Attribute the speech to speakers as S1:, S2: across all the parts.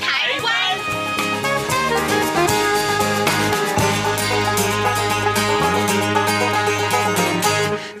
S1: 台湾》。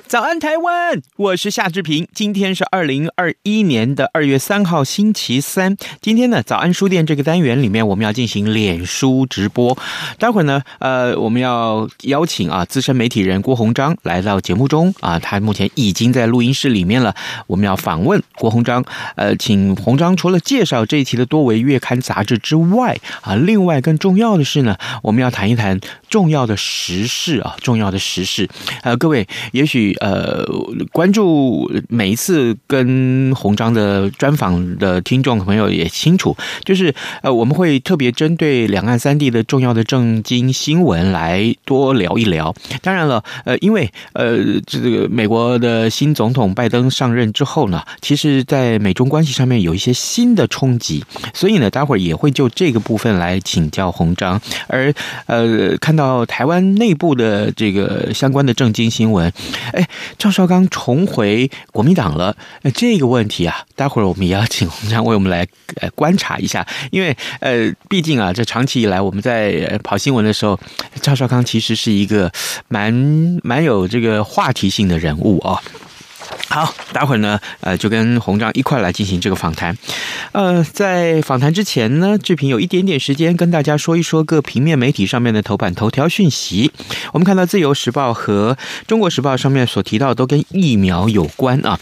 S2: 早安，台湾！我是夏志平。今天是二零二一年的二月三号，星期三。今天呢，早安书店这个单元里面，我们要进行脸书直播。待会儿呢，呃，我们要邀请啊资深媒体人郭鸿章来到节目中啊，他目前已经在录音室里面了。我们要访问郭鸿章，呃，请鸿章除了介绍这一期的多维月刊杂志之外啊，另外更重要的是呢，我们要谈一谈重要的时事啊，重要的时事。呃，各位，也许呃，关注每一次跟红章的专访的听众朋友也清楚，就是呃，我们会特别针对两岸三地的重要的政经新闻来多聊一聊。当然了，呃，因为呃，这个美国的新总统拜登上任之后呢，其实在美中关系上面有一些新的冲击，所以呢，待会儿也会就这个部分来请教红章。而呃，看到台湾内部的这个相关的政经新闻，哎，赵少刚重回国民党了，呃，这个问题啊，待会儿我们也要请洪章为我们来呃观察一下，因为呃，毕竟啊，这长期以来我们在呃跑新闻的时候，赵少刚其实是一个蛮蛮有这个话题性的人物啊、好，待会儿呢，呃，就跟洪章一块儿来进行这个访谈。呃，在访谈之前呢，志平有一点点时间跟大家说一说各平面媒体上面的头版头条讯息。我们看到《自由时报》和《中国时报》上面所提到都跟疫苗有关啊。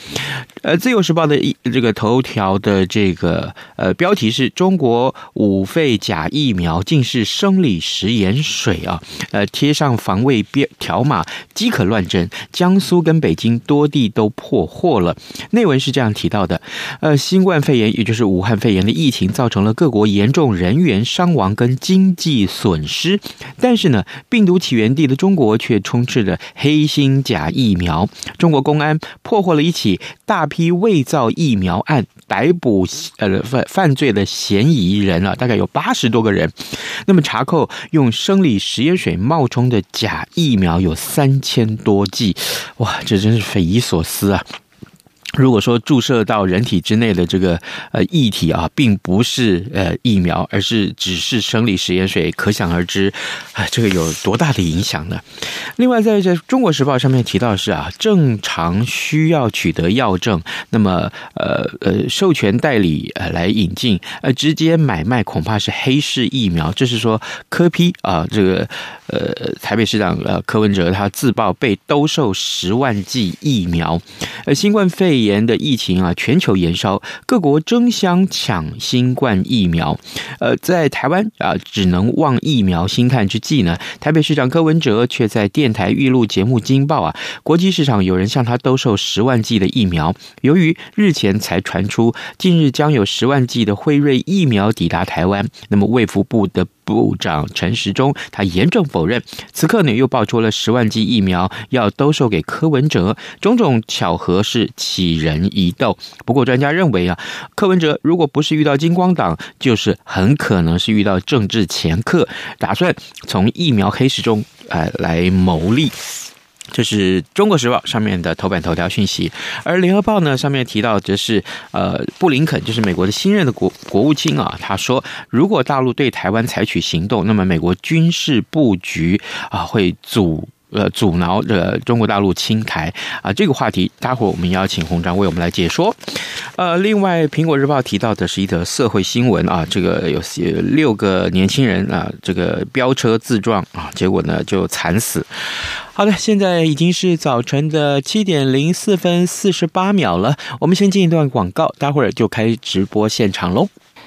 S2: 呃，《自由时报》的一这个头条的这个呃标题是“中国五肺假疫苗竟是生理食盐水”啊，呃，贴上防卫标条码，饥渴乱真。江苏跟北京多地都破获了。内文是这样提到的：呃，新冠肺炎，也就是武汉肺炎的疫情，造成了各国严重人员伤亡跟经济损失。但是呢，病毒起源地的中国却充斥着黑心假疫苗。中国公安破获了一起大批伪造疫苗案，逮捕呃犯犯罪的嫌疑人啊，大概有八十多个人。那么查扣用生理食盐水冒充的假疫苗有三千多剂，哇，这真是匪夷所思啊！如果说注射到人体之内的这个呃液体啊，并不是呃疫苗，而是只是生理食盐水，可想而知，啊，这个有多大的影响呢？另外，在这《中国时报》上面提到的是啊，正常需要取得药证，那么呃呃，授权代理呃来引进，呃，直接买卖恐怕是黑市疫苗，这是说柯批啊、这个呃台北市长呃柯文哲他自曝被兜售十万剂疫苗，呃，新冠肺炎的疫情啊，全球延烧，各国争相抢新冠疫苗。呃，在台湾啊、只能望疫苗兴叹之际呢，台北市长柯文哲却在电台预录节目惊爆啊，国际市场有人向他兜售十万剂的疫苗。由于日前才传出，近日将有十万剂的辉瑞疫苗抵达台湾，那么卫福部的。部长陈时中他严正否认，此刻呢又爆出了十万剂疫苗要兜售给柯文哲，种种巧合是杞人疑窦。不过专家认为啊，柯文哲如果不是遇到金光党，就是很可能是遇到政治掮客，打算从疫苗黑市中呃来牟利。这是《中国时报》上面的头版头条讯息，而《联合报》呢上面提到，则是呃，布林肯就是美国的新任的国国务卿啊，他说，如果大陆对台湾采取行动，那么美国军事布局啊会阻。呃，阻挠着中国大陆侵台啊，这个话题，待会儿我们邀请洪章为我们来解说。呃，另外，《苹果日报》提到的是一则社会新闻啊，这个有些六个年轻人啊，这个飙车自撞啊，结果呢就惨死。好的，现在已经是早晨的七点零四分四十八秒了，我们先进一段广告，待会儿就开直播现场喽。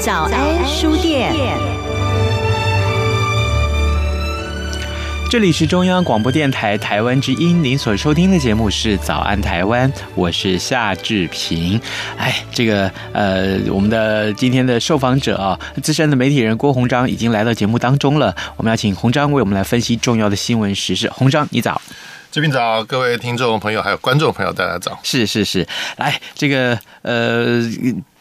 S3: 早安书店，
S2: 这里是中央广播电台台湾之音，您所收听的节目是《早安台湾》，我是夏志平。哎，这个呃，我们的今天的受访者啊，资深的媒体人郭鸿章已经来到节目当中了。我们要请鸿章为我们来分析重要的新闻时事。鸿章，你早。
S4: 这边早，各位听众朋友还有观众朋友，大家早。
S2: 是是是，来这个呃。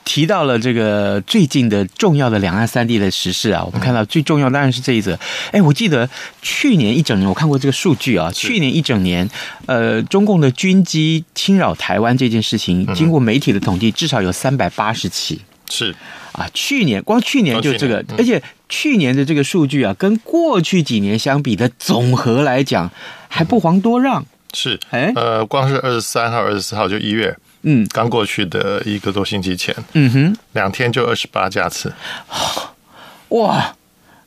S2: 提到了这个最近的重要的两岸三地的时事啊，我们
S4: 嗯
S2: 看到最重要当然是这一则。哎，我记得去年一整年我看过这个数据啊，去年一整年，呃，中共的军机侵扰台湾这件事情，
S4: 嗯
S2: 经过媒体的统计，至少有三百八十起
S4: 是，
S2: 啊。去年光去年就这个
S4: 光去，年嗯
S2: 而且去年的这个数据啊，跟过去几年相比的总和来讲，还不遑多让。
S4: 是，
S2: 哎
S4: 呃，光是二十三号、二十四号就一月
S2: 嗯
S4: 刚过去的一个多星期前，
S2: 嗯哼，
S4: 两天就二十八架次。
S2: 哇，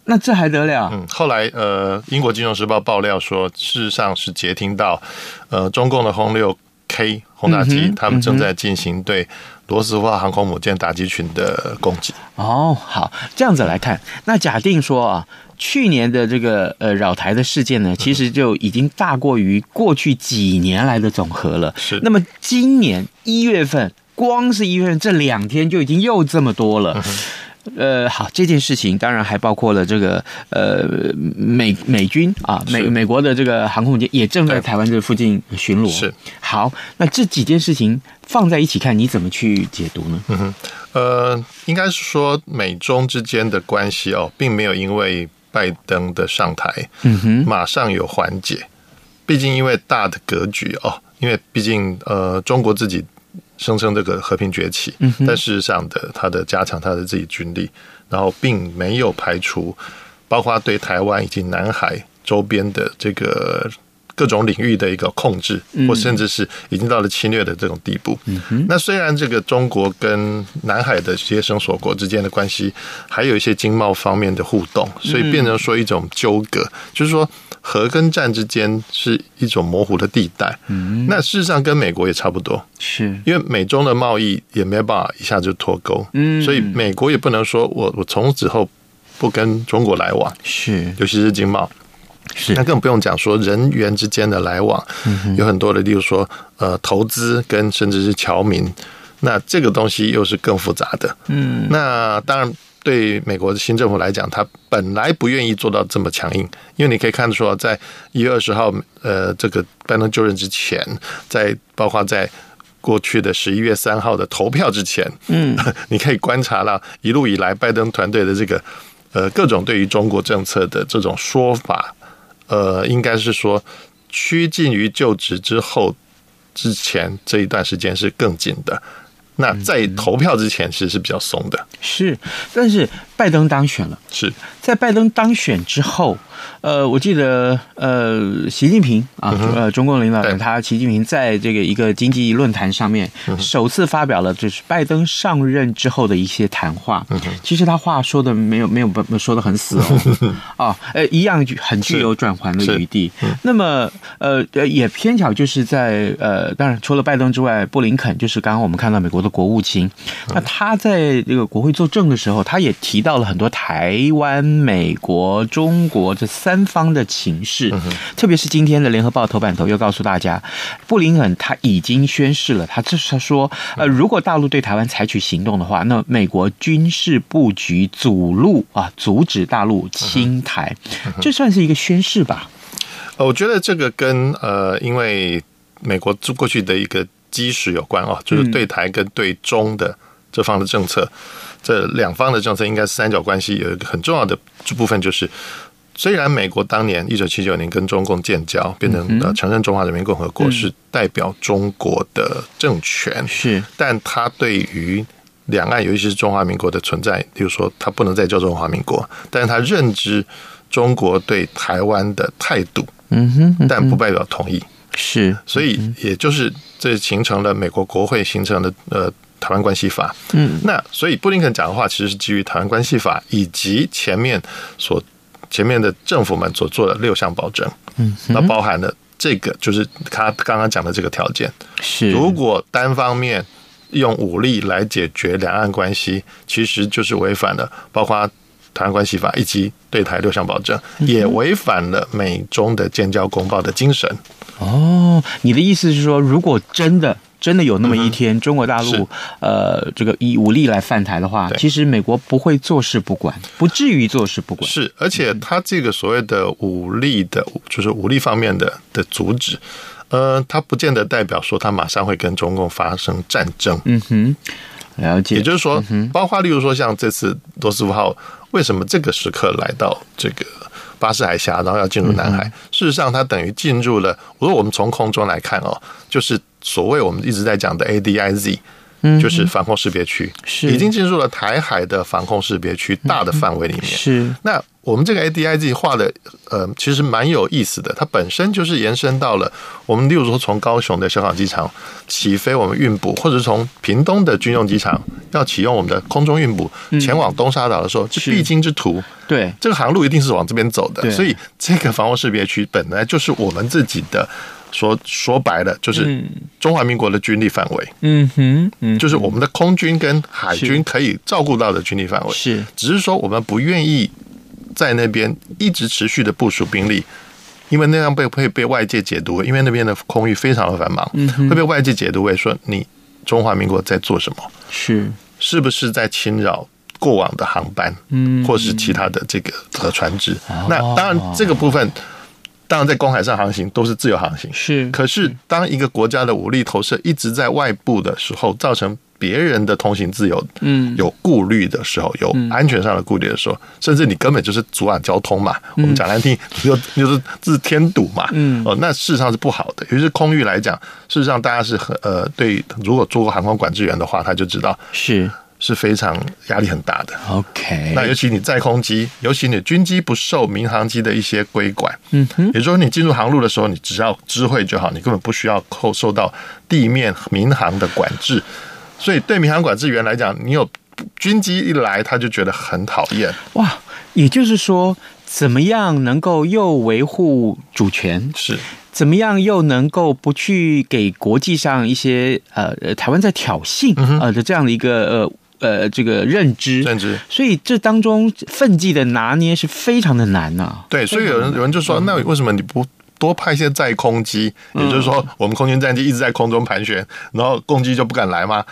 S2: 那这还得了？
S4: 嗯，后来呃，英国金融时报爆料说，事实上是接听到呃中共的轰六 K 轰炸机，
S2: 嗯哼
S4: 他们正在进行对罗斯福号航空母舰打击群的攻击。
S2: 哦，好，这样子来看，那假定说啊，去年的这个呃扰台的事件呢，其实就已经大过于过去几年来的总和了。
S4: 是
S2: 那么今年一月份，光是一月份这两天就已经又这么多了。呃，好，这件事情当然还包括了这个呃美美军啊，美
S4: 是
S2: 美国的这个航空母舰也正在
S4: 对
S2: 台湾这附近巡逻。
S4: 是，
S2: 好，那这几件事情放在一起看，你怎么去解读呢？
S4: 呃，应该是说美中之间的关系哦，并没有因为拜登的上台，
S2: 嗯哼，
S4: 马上有缓解。毕竟因为大的格局哦，因为毕竟呃中国自己声称这个和平崛起，
S2: 嗯哼
S4: 但事实上的它的加强它的自己军力，然后并没有排除包括对台湾以及南海周边的这个。各种领域的一个控制，或甚至是已经到了侵略的这种地步。那虽然这个中国跟南海的这些生索国之间的关系，还有一些经贸方面的互动，所以变成说一种纠葛，就是说和跟战之间是一种模糊的地带。那事实上跟美国也差不多，
S2: 是。
S4: 因为美中的贸易也没办法一下就脱钩，
S2: 嗯
S4: 所以美国也不能说我我从此后不跟中国来往，
S2: 是
S4: 尤其是经贸。
S2: 是
S4: 那更不用讲说人员之间的来往，有很多的，例如说呃投资跟甚至是侨民，那这个东西又是更复杂的。嗯，那当然。对美国的新政府来讲，他本来不愿意做到这么强硬，因为你可以看得出啊，在一月二十号，呃，这个拜登就任之前，在包括在过去的十一月三号的投票之前，嗯， 你可以观察到一路以来拜登团队的这个呃各种对于中国政策的这种说法，呃，应该是说趋近于就职之后之前这一段时间是更紧的。那在投票之前其实是比较松的，
S2: 是，但是拜登当选了，
S4: 是
S2: 在拜登当选之后，呃，我记得呃，习近平啊，呃，中共领导人
S4: 嗯对嗯
S2: 他习近平在这个一个经济论坛上面，首次发表了就是拜登上任之后的一些谈话。
S4: 嗯
S2: 其实他话说的没有没有不说的很死 哦，啊，呃，一样具很具
S4: 是
S2: 有转圜的
S4: 是
S2: 余地。那么呃呃，也偏巧就是在呃，当然除了拜登之外，布林肯就是刚刚我们看到美国的国务卿，那他在这个国会作证的时候，他也提到了很多台湾、美国、中国这三方的情势，特别是今天的联合报头版头又告诉大家，布林肯他已经宣誓了，他这是他说，呃，如果大陆对台湾采取行动的话，那美国军事布局阻路啊，阻止大陆侵台，这算是一个宣誓吧？
S4: 呃，我觉得这个跟呃，因为美国过啊去的一个基石有关哦，就是对台跟对中的这方的政策，这两方的政策应该是三角关系有一个很重要的部分，就是虽然美国当年一九七九年跟中共建交，变成呃承认中华人民共和国是代表中国的政权，
S2: 是
S4: 但它对于两岸，尤其是中华民国的存在，例如说它不能再叫中华民国，但是它认知中国对台湾的态度，
S2: 嗯哼，嗯
S4: 但不代表同意。
S2: 是
S4: 所以也就是这形成了美国国会形成的呃台湾关系法。
S2: 嗯，
S4: 那所以布林肯讲的话其实是基于台湾关系法以及前面所前面的政府们所做的六项保证，
S2: 嗯哼，
S4: 那包含了这个就是他刚刚讲的这个条件。
S2: 是
S4: 如果单方面用武力来解决两岸关系，其实就是违反了包括。台湾关系法以及对台六项保证，
S2: 嗯
S4: 也违反了美中的建交公报的精神。
S2: 哦，你的意思是说，如果真的真的有那么一天，中国大
S4: 嗯是
S2: 陆呃这个以武力来犯台的话，
S4: 对
S2: 其实美国不会坐视不管，不至于坐视不管。嗯
S4: 是，而且他这个所谓的武力的，就是武力方面的的阻止，呃，他不见得代表说他马上会跟中共发生战争。
S2: 嗯哼，了解。
S4: 也就是说，包括例如说像这次罗斯福号，为什么这个时刻来到这个巴士海峡，然后要进入南
S2: 嗯
S4: 海？事实上，它等于进入了，如果我们从空中来看哦，就是所谓我们一直在讲的 ADIZ。就是防空识别区，
S2: 嗯是嗯
S4: 已经进入了台海的防空识别区大的范围里面。
S2: 是
S4: 那我们这个 ADIZ 画的，呃，其实蛮有意思的。它本身就是延伸到了我们，例如说从高雄的小港机场起飞，我们运补，或者是从屏东的军用机场要启用我们的空中运补，
S2: 嗯
S4: 前往东沙岛的时候，这必经之途。
S2: 对，
S4: 这个航路一定是往这边走的，
S2: 对
S4: 所以这个防空识别区本来就是我们自己的，说说白了就是中华民国的军力范围，
S2: 嗯哼，嗯，
S4: 就是我们的空军跟海
S2: 是
S4: 军可以照顾到的军力范围。
S2: 是
S4: 只是说我们不愿意在那边一直持续的部署兵力，因为那样被会被外界解读为，因为那边的空域非常的繁忙，会被外界解读为说你中华民国在做什么，
S2: 是
S4: 是不是在侵扰？过往的航班，嗯，或是其他的这个呃船只，那当然这个部分，当然在公海上航行都是自由航行，
S2: 是
S4: 可是，当一个国家的武力投射一直在外部的时候，造成别人的通行自由，
S2: 嗯
S4: 有顾虑的时候，有安全上的顾虑的时候，甚至你根本就是阻挡交通嘛。我们讲难听，你就就是这是添堵嘛。
S2: 嗯
S4: 哦，那事实上是不好的。于是空域来讲，事实上大家是很呃，对，如果做过航空管制员的话，他就知道
S2: 是
S4: 是非常压力很大的。
S2: ，OK，
S4: 那尤其你在空机，尤其你军机不受民航机的一些规管，嗯哼，也就是说你进入航路的时候，你只要知会就好，你根本不需要扣受到地面民航的管制。所以对民航管制员来讲，你有军机一来，他就觉得很讨厌。
S2: 哇，也就是说，怎么样能够又维护主权，
S4: 是
S2: 怎么样又能够不去给国际上一些呃呃台湾在挑衅呃的这样的一个呃呃这个认知，
S4: 嗯认知
S2: 所以这当中分际的拿捏是非常的难呐、啊
S4: 对，所以有人有人就说，那为什么你不？多派一些在空机，也就是说，我们空军战机一直在空中盘旋，然后共机就不敢来吗？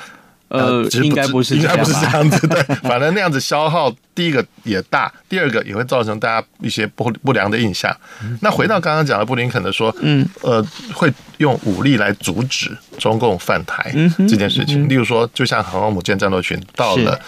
S2: 呃
S4: 其，实
S2: 应
S4: 不
S2: 该
S4: 止
S2: 不是
S4: 应
S2: 这
S4: 该
S2: 样
S4: 不是这
S2: 吧？
S4: 样 子，对，反正那样子消耗，第一个也大，第二个也会造成大家一些不不良的印象。
S2: 嗯
S4: 那回到刚刚讲的布林肯的说，嗯，呃，会用武力来阻止中共犯台
S2: 嗯
S4: 这件事情，例如说，就像航空母舰战斗群到
S2: 是嗯
S4: 了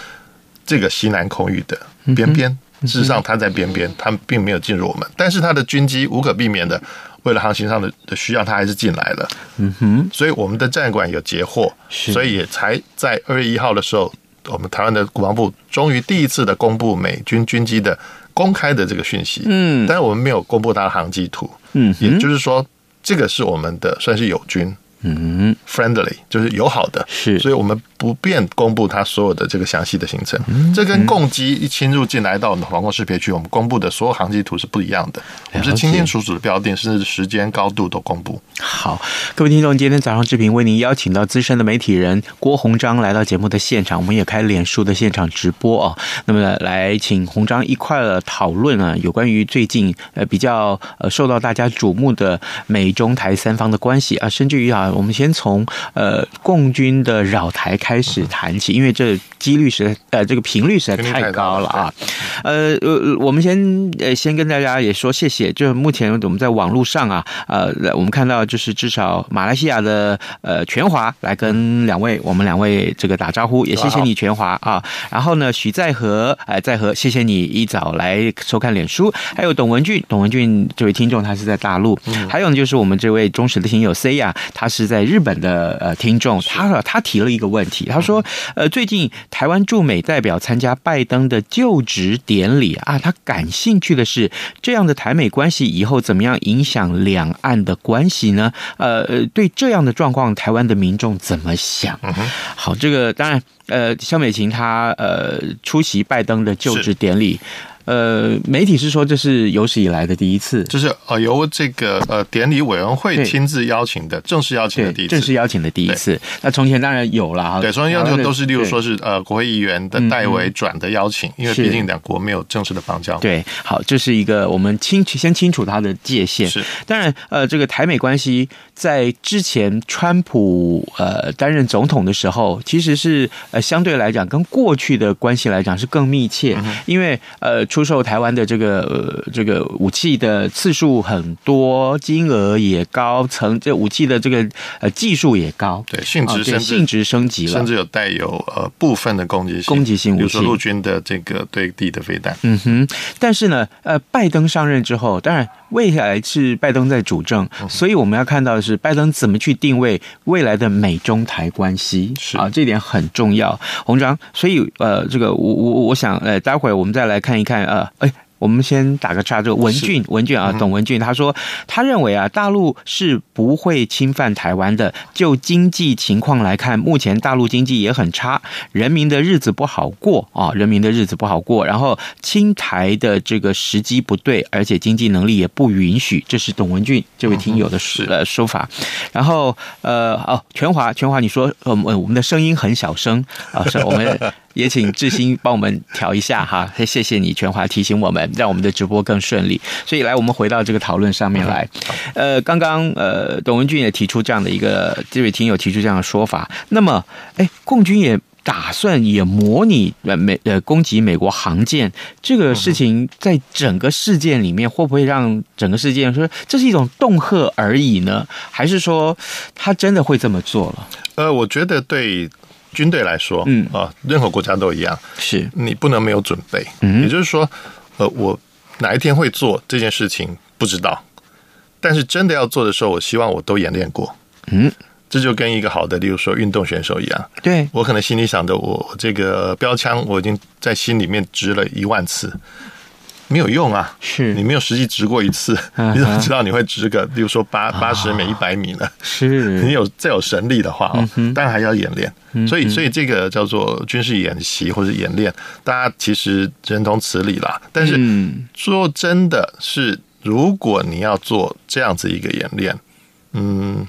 S4: 这个西南空域的边边，事实上它在边边，它并没有进入我们，但是它的军机无可避免的。为了航行上的的需要，它还是进来了。
S2: 嗯哼，
S4: 所以我们的战馆有截获，
S2: 是
S4: 所以也才在二月一号的时候，我们台湾的国防部终于第一次的公布美军军机的公开的这个讯息。
S2: 嗯
S4: 但是我们没有公布它的航机图，
S2: 嗯哼
S4: 也就是说，这个是我们的算是友军
S2: 嗯，
S4: friendly，就是友好的，
S2: 是
S4: 所以我们不便公布它所有的这个详细的行程。
S2: 嗯
S4: 这跟共机一侵入进来到我们的防空识别区，我们公布的所有航机图是不一样的，我们是清清楚楚的标定，甚至时间、高度都公布。
S2: 好，各位听众，今天早上志平为您邀请到资深的媒体人郭鸿章来到节目的现场，我们也开脸书的现场直播啊、那么来请鸿章一块儿讨论啊，有关于最近呃比较呃受到大家瞩目的美中台三方的关系啊，甚至于啊，我们先从呃共军的扰台开开始谈起，因为这几率实呃这个频率实在
S4: 频率太
S2: 太高
S4: 高
S2: 了
S4: 了
S2: 啊。呃，呃我们先呃先跟大家也说谢谢，就是目前我们在网络上啊，呃，我们看到就是至少马来西亚的呃全华来跟两位我们两位这个打招呼，也谢谢你全华啊。然后呢，许在和哎、呃在和，谢谢你一早来收看脸书，还有董文俊，董文俊这位听众他是在大陆，还有呢就是我们这位忠实的听友 C 呀，他是在日本的呃听众，他他提了一个问题，他说呃最近台湾驻美代表参加拜登的就职典礼啊，他感兴趣的是这样的台美关系以后怎么样影响两岸的关系呢？呃呃，对这样的状况，台湾的民众怎么想？
S4: 嗯
S2: 好，这个当然，呃，肖美琴她呃出席拜登的就职典礼，呃，媒体是说这是有史以来的第一次，
S4: 就是呃由这个呃典礼委员
S2: 对
S4: 会亲自邀请的，正式邀请的
S2: 对，
S4: 第一次，
S2: 正式邀请的第一次。那从前当然有了哈，
S4: 对，双邀
S2: 台湾
S4: 请
S2: 的
S4: 都是，例如
S2: 对
S4: 说是呃国会议员的代为转的邀请，因为
S2: 是
S4: 毕竟两国没有正式的邦交。，
S2: 对，好，这是一个我们清先清楚它的界限。
S4: 是
S2: 当然，呃，这个台美关系在之前川普呃担任总统的时候，其实是呃相对来讲跟过去的关系来讲是更密
S4: 嗯
S2: 切，因为呃出售台湾的这个、呃、这个武器的次数很多，金额也高，层这武器的这个呃技术也高，
S4: 对性质
S2: 啊对
S4: 甚至
S2: 性质升级了，
S4: 甚至有带有呃部分的攻击性，
S2: 攻击性武器
S4: 比如说陆军的这个对地的飞弹。
S2: 嗯哼，但是呢，呃，拜登上任之后，当然未来是拜登在主政，所以我们要看到的是拜登怎么去定位未来的美中台关系，
S4: 是
S2: 啊，这点很重要。洪章，所以呃，这个我我我想，呃，待会儿我们再来看一看，呃，哎。我们先打个岔，这个文俊，文俊啊，董文俊，他说他认为啊，大陆是不会侵犯台湾的。就经济情况来看，目前大陆经济也很差，人民的日子不好过啊、人民的日子不好过。然后清台的这个时机不对，而且经济能力也不允许，这是董文俊这位听友的说、呃说法。然后呃哦，全华全华，你说呃我我们的声音很小声啊，是我们也请志新帮我们调一下哈，谢谢你全华提醒我们，让我们的直播更顺利。所以来我们回到这个讨论上面来，呃，刚刚呃董文俊也提出这样的一个这位听友提出这样的说法，那么哎，共军也。打算也模拟呃美呃攻击美国航舰这个事情，在整个事件里面会不会让整个事件说这是一种恫吓而已呢？还是说他真的会这么做了？
S4: 呃，我觉得对军队来说，
S2: 嗯
S4: 啊、任何国家都一样，
S2: 是
S4: 你不能没有准备。
S2: 嗯
S4: 也就是说，呃，我哪一天会做这件事情不知道，但是真的要做的时候，我希望我都演练过。
S2: 嗯，
S4: 这就跟一个好的，例如说运动选手一样，
S2: 对，
S4: 我可能心里想着我我这个标枪我已经在心里面掷了一万次，没有用啊。
S2: 是
S4: 你没有实际掷过一次，
S2: 嗯嗯哼
S4: 你怎么知道你会掷个，比如说八八十每一百米呢？你
S2: 是
S4: 有再有神力的话
S2: 嗯
S4: 哦，当然还要演练。所以，所以这个叫做军事演习或者演练，大家其实人同此理啦。但是
S2: 嗯
S4: 说真的是，如果你要做这样子一个演练，嗯，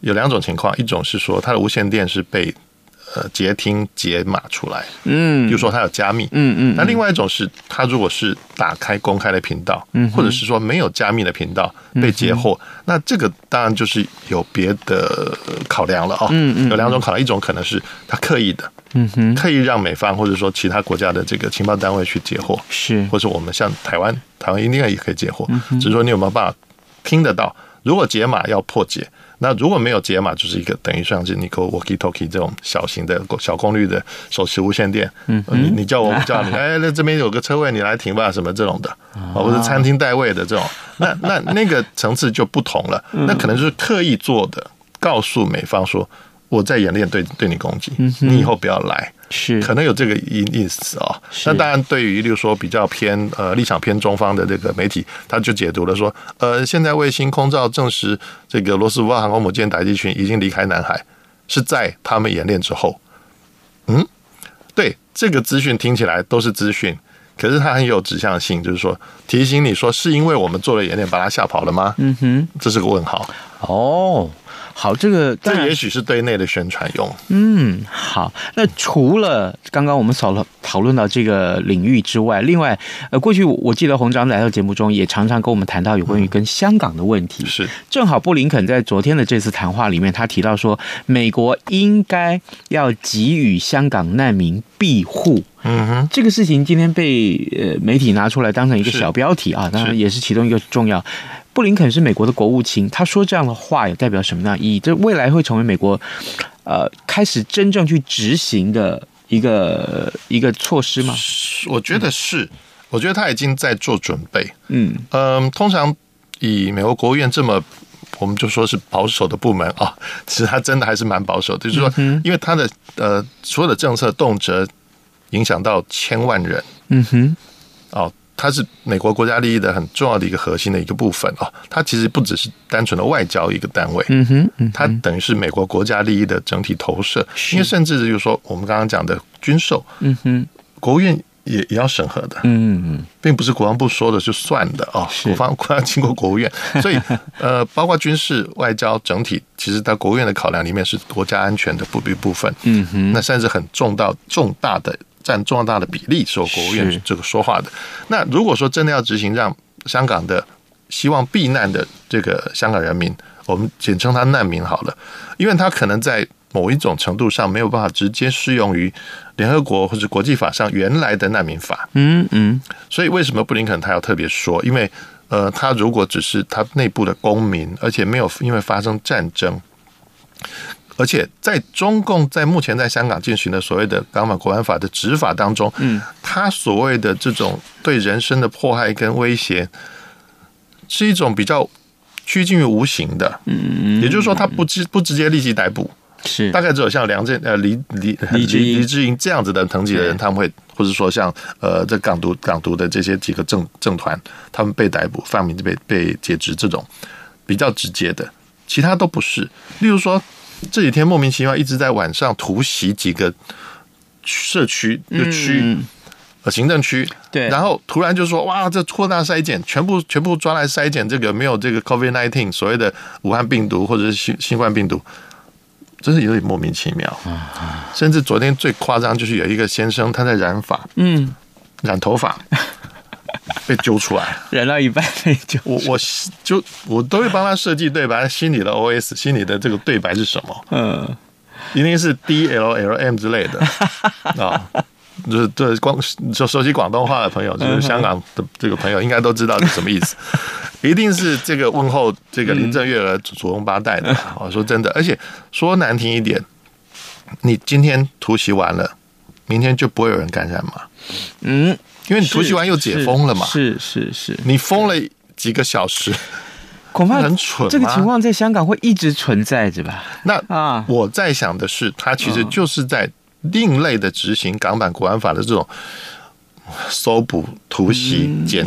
S4: 有两种情况，一种是说它的无线电是被呃截听解码出来，
S2: 嗯，
S4: 比如说它有加密，
S2: 嗯嗯，
S4: 那另外一种是，它如果是打开公开的频道，
S2: 嗯
S4: 或者是说没有加密的频道被截获，那这个当然就是有别的考量了啊、
S2: 嗯嗯
S4: 有两种考量，一种可能是他刻意的，
S2: 嗯哼
S4: 刻意让美方或者说其他国家的这个情报单位去截获，
S2: 是
S4: 或者我们像台湾，台湾应该也可以截获，只是说你有没有办法听得到？如果解码要破解，那如果没有解码，就是一个等于像是 Nico Walkie Talkie 这种小型的小功率的手持无线电，嗯、你你叫我我叫你，哎，那这边有个车位，你来停吧，什么这种的，啊，或者餐厅代位的这种，那 那那个层次就不同了，那可能就是刻意做的，告诉美方说我在演练对对你攻击，你以后不要来，
S2: 是
S4: 可能有这个意意思哦。那当然，对于例如说比较偏呃立场偏中方的这个媒体，他就解读了说，呃，现在卫星空照证实，这个罗斯福号航空母舰打击群已经离开南海，是在他们演练之后。嗯，对，这个资讯听起来都是资讯。可是它很有指向性，就是说提
S2: 嗯
S4: 醒你说，是因为我们做了演练把它吓跑了吗？嗯哼，这是个问号。
S2: 哦，好，这个当
S4: 这
S2: 然
S4: 也许是对内的宣传用。
S2: 嗯，好。那除了刚刚我们讨论讨论到这个领域之外，另外，呃，过去我我记得洪章来到节目中也常常跟我们谈到有关于跟香港的问题。
S4: 是
S2: 正好布林肯在昨天的这次谈话里面，他提到说，美国应该要给予香港难民庇护。
S4: 嗯哼，
S2: 这个事情今天被呃媒体拿出来当成一个
S4: 是
S2: 小标题啊，当然
S4: 是
S2: 也是其中一个重要。布林肯是美国的国务卿，他说这样的话有代表什么样的意义？这未来会成为美国呃开始真正去执行的一个一个措施吗？
S4: 我觉得是，我觉得他已经在做准备。
S2: 嗯
S4: 嗯，通常以美国国务院这么，我们就说是保守的部门啊， 其实它真的还是蛮保守的，就是说，
S2: 嗯
S4: 因为它的呃所有的政策动辄影响到千万人
S2: 嗯哼
S4: 哦。它是美国国家利益的很重要的一个核心的一个部分哦，它其实不只是单纯的外交一个单位，
S2: 嗯哼嗯
S4: 它等于是美国国家利益的整体投射。因为甚至就是说，我们刚刚讲的军售，
S2: 嗯哼
S4: 国务院也也要审核的，
S2: 嗯嗯
S4: 并不是国防部说的就算的哦，
S2: 是
S4: 国防 国要经过国务院，所以呃，包括军事、外交整体，其实在国务院的考量里面是国家安全的部部分，
S2: 嗯哼
S4: 那甚至很重到重大的占重大的比例是由国务
S2: 是
S4: 院这个说话的。那如果说真的要执行让香港的希望避难的这个香港人民，我们简称他难民好了，因为他可能在某一种程度上没有办法直接适用于联合国或者国际法上原来的难民法，
S2: 嗯嗯
S4: 所以为什么布林肯他要特别说？因为呃，他如果只是他内部的公民，而且没有因为发生战争，而且在中共在目前在香港进行的所谓的《港版国安法》的执法当中，嗯，他所谓的这种对人身的迫害跟威胁，是一种比较趋近于无形的，嗯，也就是说，他不直不直接立即逮捕，
S2: 是
S4: 大概只有像梁振呃黎黎
S2: 黎智英
S4: 黎智英这样子的层级的人，
S2: 对
S4: 他们会，或者说像呃这港独港独的这些几个政政团，他们被逮捕、放名、被被解职这种比较直接的，其他都不是。例如说这几天莫名其妙一直在晚上突袭几个社区就区、
S2: 嗯
S4: 呃行政区，
S2: 对
S4: 然后突然就说哇，这扩大筛检，全部全部抓来筛检这个没有这个 COVID nineteen 所谓的武汉病毒或者是新新冠病毒，真是有点莫名其妙。
S2: 嗯
S4: 甚至昨天最夸张就是有一个先生他在染发，
S2: 嗯
S4: 染头 发被揪出来，
S2: 忍到一半 那就
S4: 我我就我都会帮他设计对白，心里的 OS，心里的这个对白是什么？
S2: 嗯
S4: 一定是 D L L M 之 类的啊。就是这光就熟悉广东话的朋友，就是香港的这个朋友，应该都知道是什么意思。一定是这个问候这个林郑月娥祖宗八代的。
S2: 嗯
S4: 我说真的，而且说难听一点，你今天突袭完了，明天就不会有人感染嘛？
S2: 嗯，
S4: 因为你突袭完又解封了嘛。
S2: 是是是，是
S4: 你封了几个小时，
S2: 恐怕
S4: 很蠢吗
S2: 这个情况在香港会一直存在着吧？
S4: 那
S2: 啊嗯
S4: 我在想的是，他其实就是在另类的执行港版国安法的这种搜捕、突袭、
S2: 嗯
S4: 检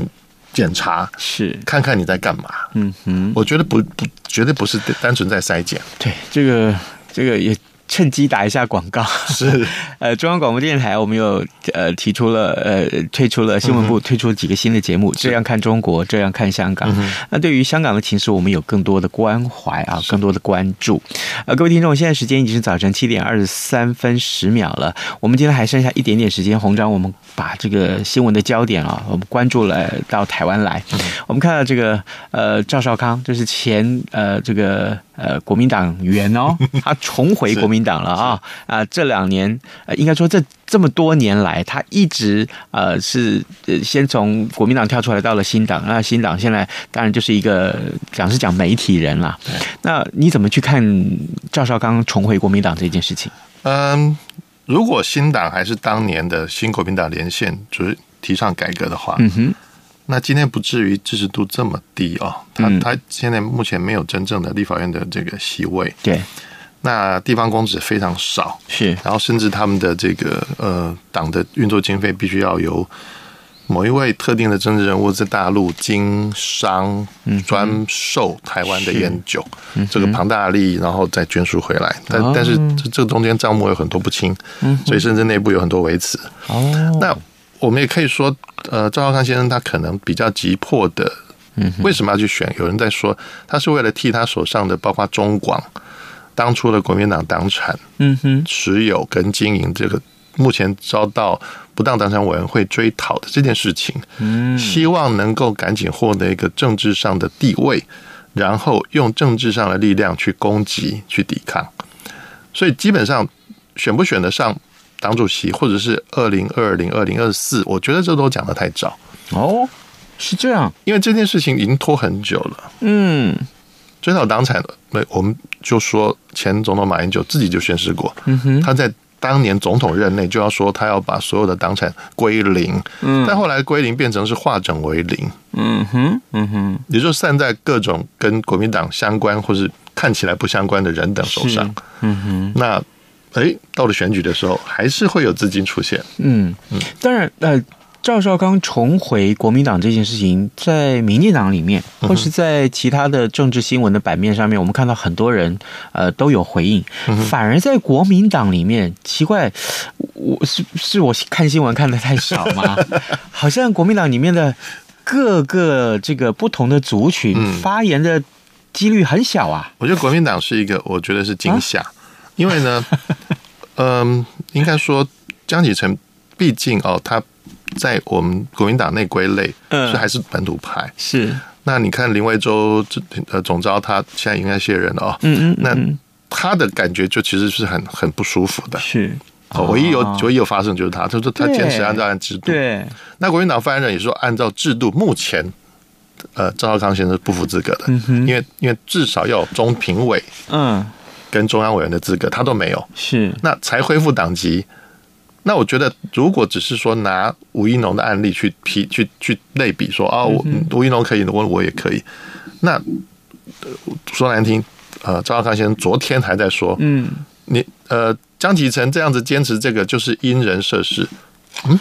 S4: 检查，
S2: 是，
S4: 看看你在干嘛。
S2: 嗯哼，
S4: 我觉得不不，绝对不是单纯在筛检，
S2: 对，这个这个也趁机打一下广告。
S4: 是
S2: 呃，中央广播电台我们有呃提出了呃推出了新闻
S4: 嗯
S2: 部推出了几个新的节目，这样看中国，这样看香港。那对于香港的情势，我们有更多的关怀啊，更多的关注。呃，各位听众，现在时间已经是早晨七点二十三分十秒了，我们今天还剩下一点点时间，红章，我们把这个新闻的焦点啊，我们关注了到台湾来。我们看到这个呃赵少康，这是前呃这个呃国民党员哦，他重回国民党了啊啊、这两年呃应该说这这么多年来，他一直呃是呃先从国民党跳出来到了新党，那新党现在当然就是一个讲是讲媒体人啦。那你怎么去看赵少康重回国民党这件事情？
S4: 嗯。如果新党还是当年的新国民党连线，就是提倡改革的话，
S2: 嗯哼，
S4: 那今天不至于支持度这么低哦。他
S2: 嗯
S4: 他现在目前没有真正的立法院的这个席位，
S2: 对，
S4: 那地方公职非常少，
S2: 是
S4: 然后甚至他们的这个呃党的运作经费必须要由某一位特定的政治人物在大陆经商专售台湾的烟酒，这个庞大的利益，然后再捐赎回来。但、
S2: 哦
S4: 但是这这中间账目有很多不清，所以甚至内部有很多维持。
S2: 哦，
S4: 那我们也可以说，呃，赵少康先生他可能比较急迫的，为什么要去选？有人在说，他是为了替他手上的包括中广、当初的国民党党产
S2: 嗯哼，
S4: 持有跟经营这个，目前遭到不当党产委员会追讨的这件事情，嗯，希望能够赶紧获得一个政治上的地位，然后用政治上的力量去攻击、去抵抗。所以基本上选不选得上党主席，或者是二零二零、二零二四，我觉得这都讲得太早，
S2: 哦，是这样，
S4: 因为这件事情已经拖很久了。
S2: 嗯
S4: 追讨党产，那我们就说前总统马英九自己就宣示过，
S2: 嗯
S4: 他在当年总统任内就要说他要把所有的党产归零，但后来归零变成是化整为零，
S2: 嗯哼嗯哼，
S4: 也就散在各种跟国民党相关或是看起来不相关的人等手上。嗯哼，那哎，到了选举的时候，还是会有资金出现。
S2: 嗯，当然，呃，赵少康重回国民党这件事情，在民进党里面，或是在其他的政治新闻的版面上面，我们看到很多人呃都有回应，反而在国民党里面，奇怪，我是是我看新闻看的太少吗？ 好像国民党里面的各个这个不同的族群发言的几率很小啊。
S4: 我觉得国民党是一个，我觉得是惊吓，因为 呢，嗯、应该说江启臣，毕竟哦，他在我们国民党内归类，
S2: 嗯
S4: 是还是本土派。
S2: 是，
S4: 那你看林维洲这呃总招，他现在应该卸任了哦，
S2: 嗯嗯，
S4: 那
S2: 嗯
S4: 他的感觉就其实是很很不舒服的。
S2: 是
S4: 哦，唯一有唯一有发生就是他，他说他坚持按照按制度。
S2: 对，
S4: 那国民党发言人也说，按照制度，目前呃赵少康先生是不符资格的，因为因为至少要有中评委
S2: 嗯
S4: 跟中央委员的资格，他都没有。
S2: 是，
S4: 那才恢复党籍。那我觉得，如果只是说拿吴一农的案例去批、去去类比说，啊，我吴一农可以，我我也可以。那呃说难听，呃，赵少康先生昨天还在说，
S2: 嗯。
S4: 你呃，江启臣这样子坚持这个就是因人设事。嗯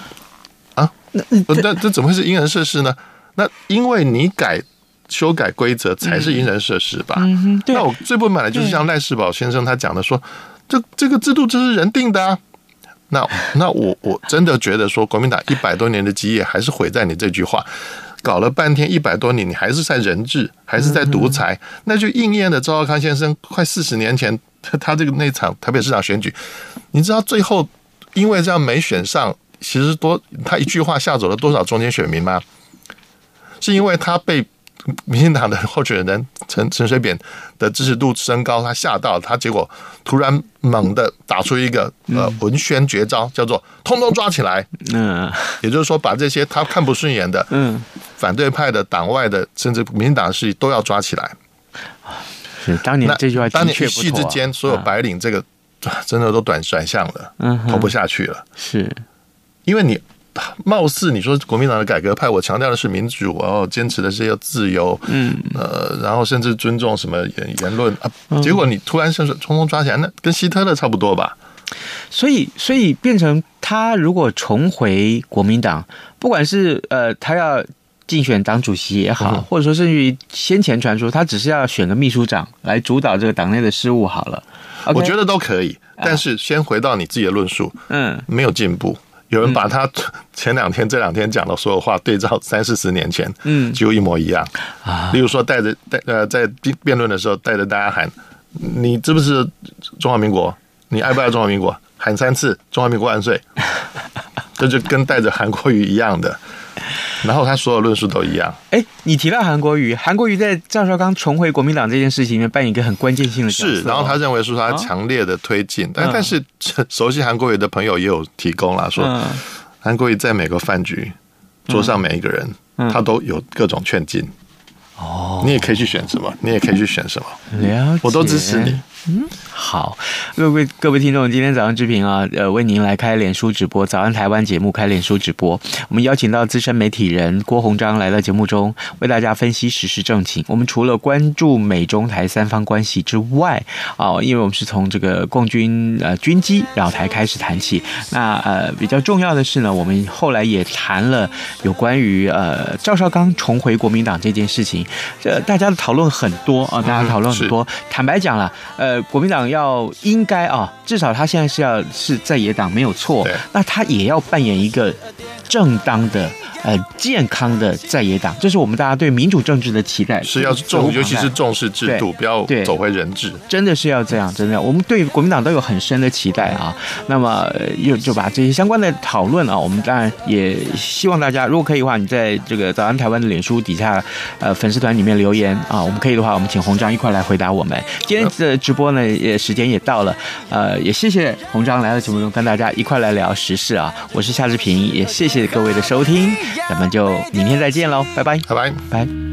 S4: 啊，那这这怎么会是因人设事呢？那因为你改修改规则才是因人设事吧？
S2: 嗯，对
S4: 那，我最不满的就是像赖世宝先生他讲的说，这这个制度这是人定的啊。那那我我真的觉得说，国民党一百多年的基业还是毁在你这句话，搞了半天一百多年，你还是在人治，还是在独裁，那就应验了赵少康先生快四十年前他他这个那场台北市长选举，你知道最后因为这样没选上，其实多他一句话吓走了多少中间选民吗？是因为他被民进党的候选人陈陈水扁的支持度升高，他吓到了他，结果突然猛地打出一个呃文宣绝招，叫做“通通抓起来
S2: 嗯”，
S4: 也就是说把这些他看不顺眼的
S2: 嗯，
S4: 反对派的、党外的，甚至民进党的势力都要抓起来。
S2: 是当年
S4: 那
S2: 嗯这句话
S4: 当
S2: 的
S4: 年
S2: 确
S4: 一
S2: 不
S4: 夕
S2: 错
S4: 之
S2: 啊、
S4: 间，所有白领这个、真的都短转向了，
S2: 嗯哼
S4: 投不下去了。
S2: 是
S4: 因为你貌似你说国民党的改革派，我强调的是民主，然后坚持的是要自由，嗯，呃，然后甚至尊重什么言言论啊，结果你突然伸手匆匆抓起来，那跟希特勒差不多吧？
S2: 所以，所以变成他如果重回国民党，不管是呃，他要竞选党主席也
S4: 嗯
S2: 好，或者说甚至于先前传说他只是要选个秘书长来主导这个党内的事务好了。
S4: 我觉
S2: 得，
S4: 得都可以，但是先回到你自己的论述，
S2: 嗯，
S4: 没有进步。有人把他前两天、这两天讲的所有话对照三四十年前，
S2: 嗯啊
S4: 几乎一模一样。例如说带着带呃在辩辩论的时候带着大家喊：“你知不知中华民国？你爱不爱中华民国？”喊三次“中华民国 万岁”，这就跟带着韩国瑜一样的。然后他所有论述都一样，
S2: 哎，你提到韩国瑜，韩国瑜在赵少康重回国民党这件事情里面扮演一个很关键性的角色哦、
S4: 是。然后他认为说他强烈的推进，但但是熟悉韩国瑜的朋友也有提供啦，说
S2: 嗯
S4: 韩国瑜在每个饭局桌上每一个人，他都有各种劝进。哦，你也可以去选什么，你也可以去选什么，
S2: 了解，
S4: 我都支持你。
S2: 好，各位各位听众，今天早上之平啊，呃，为您来开脸书直播《早安台湾》节目开脸书直播，我们邀请到资深媒体人郭鸿章来到节目中，为大家分析时事政情。我们除了关注美中台三方关系之外，啊、因为我们是从这个共军呃军机扰台开始谈起，那呃比较重要的是呢，我们后来也谈了有关于呃赵少康重回国民党这件事情，这大家的讨论很多啊、大家讨论很多。坦白讲了，呃，呃，国民党要应该啊，至少他现在是要是在野党没有错
S4: 对，
S2: 那他也要扮演一个正当的、呃健康的在野党，这是我们大家对民主政治的期待。
S4: 是要
S2: 责无
S4: 重，
S2: 旁贷
S4: 尤其是重视制度，
S2: 对
S4: 不要
S2: 对
S4: 走回人治。
S2: 真的是要这样，真的，我们对国民党都有很深的期待啊。那么呃又就把这些相关的讨论啊，我们当然也希望大家，如果可以的话，你在这个“早安台湾”的脸书底下，呃，粉丝团里面留言啊，我们可以的话，我们请红章一块来回答我们。今天的直播呢，也时间也到了，呃，也谢谢红章来到节目中跟大家一块来聊时事啊。我是夏志平，也谢谢各位的收听，咱们就明天再见喽，拜拜，
S4: 拜拜。
S2: 拜。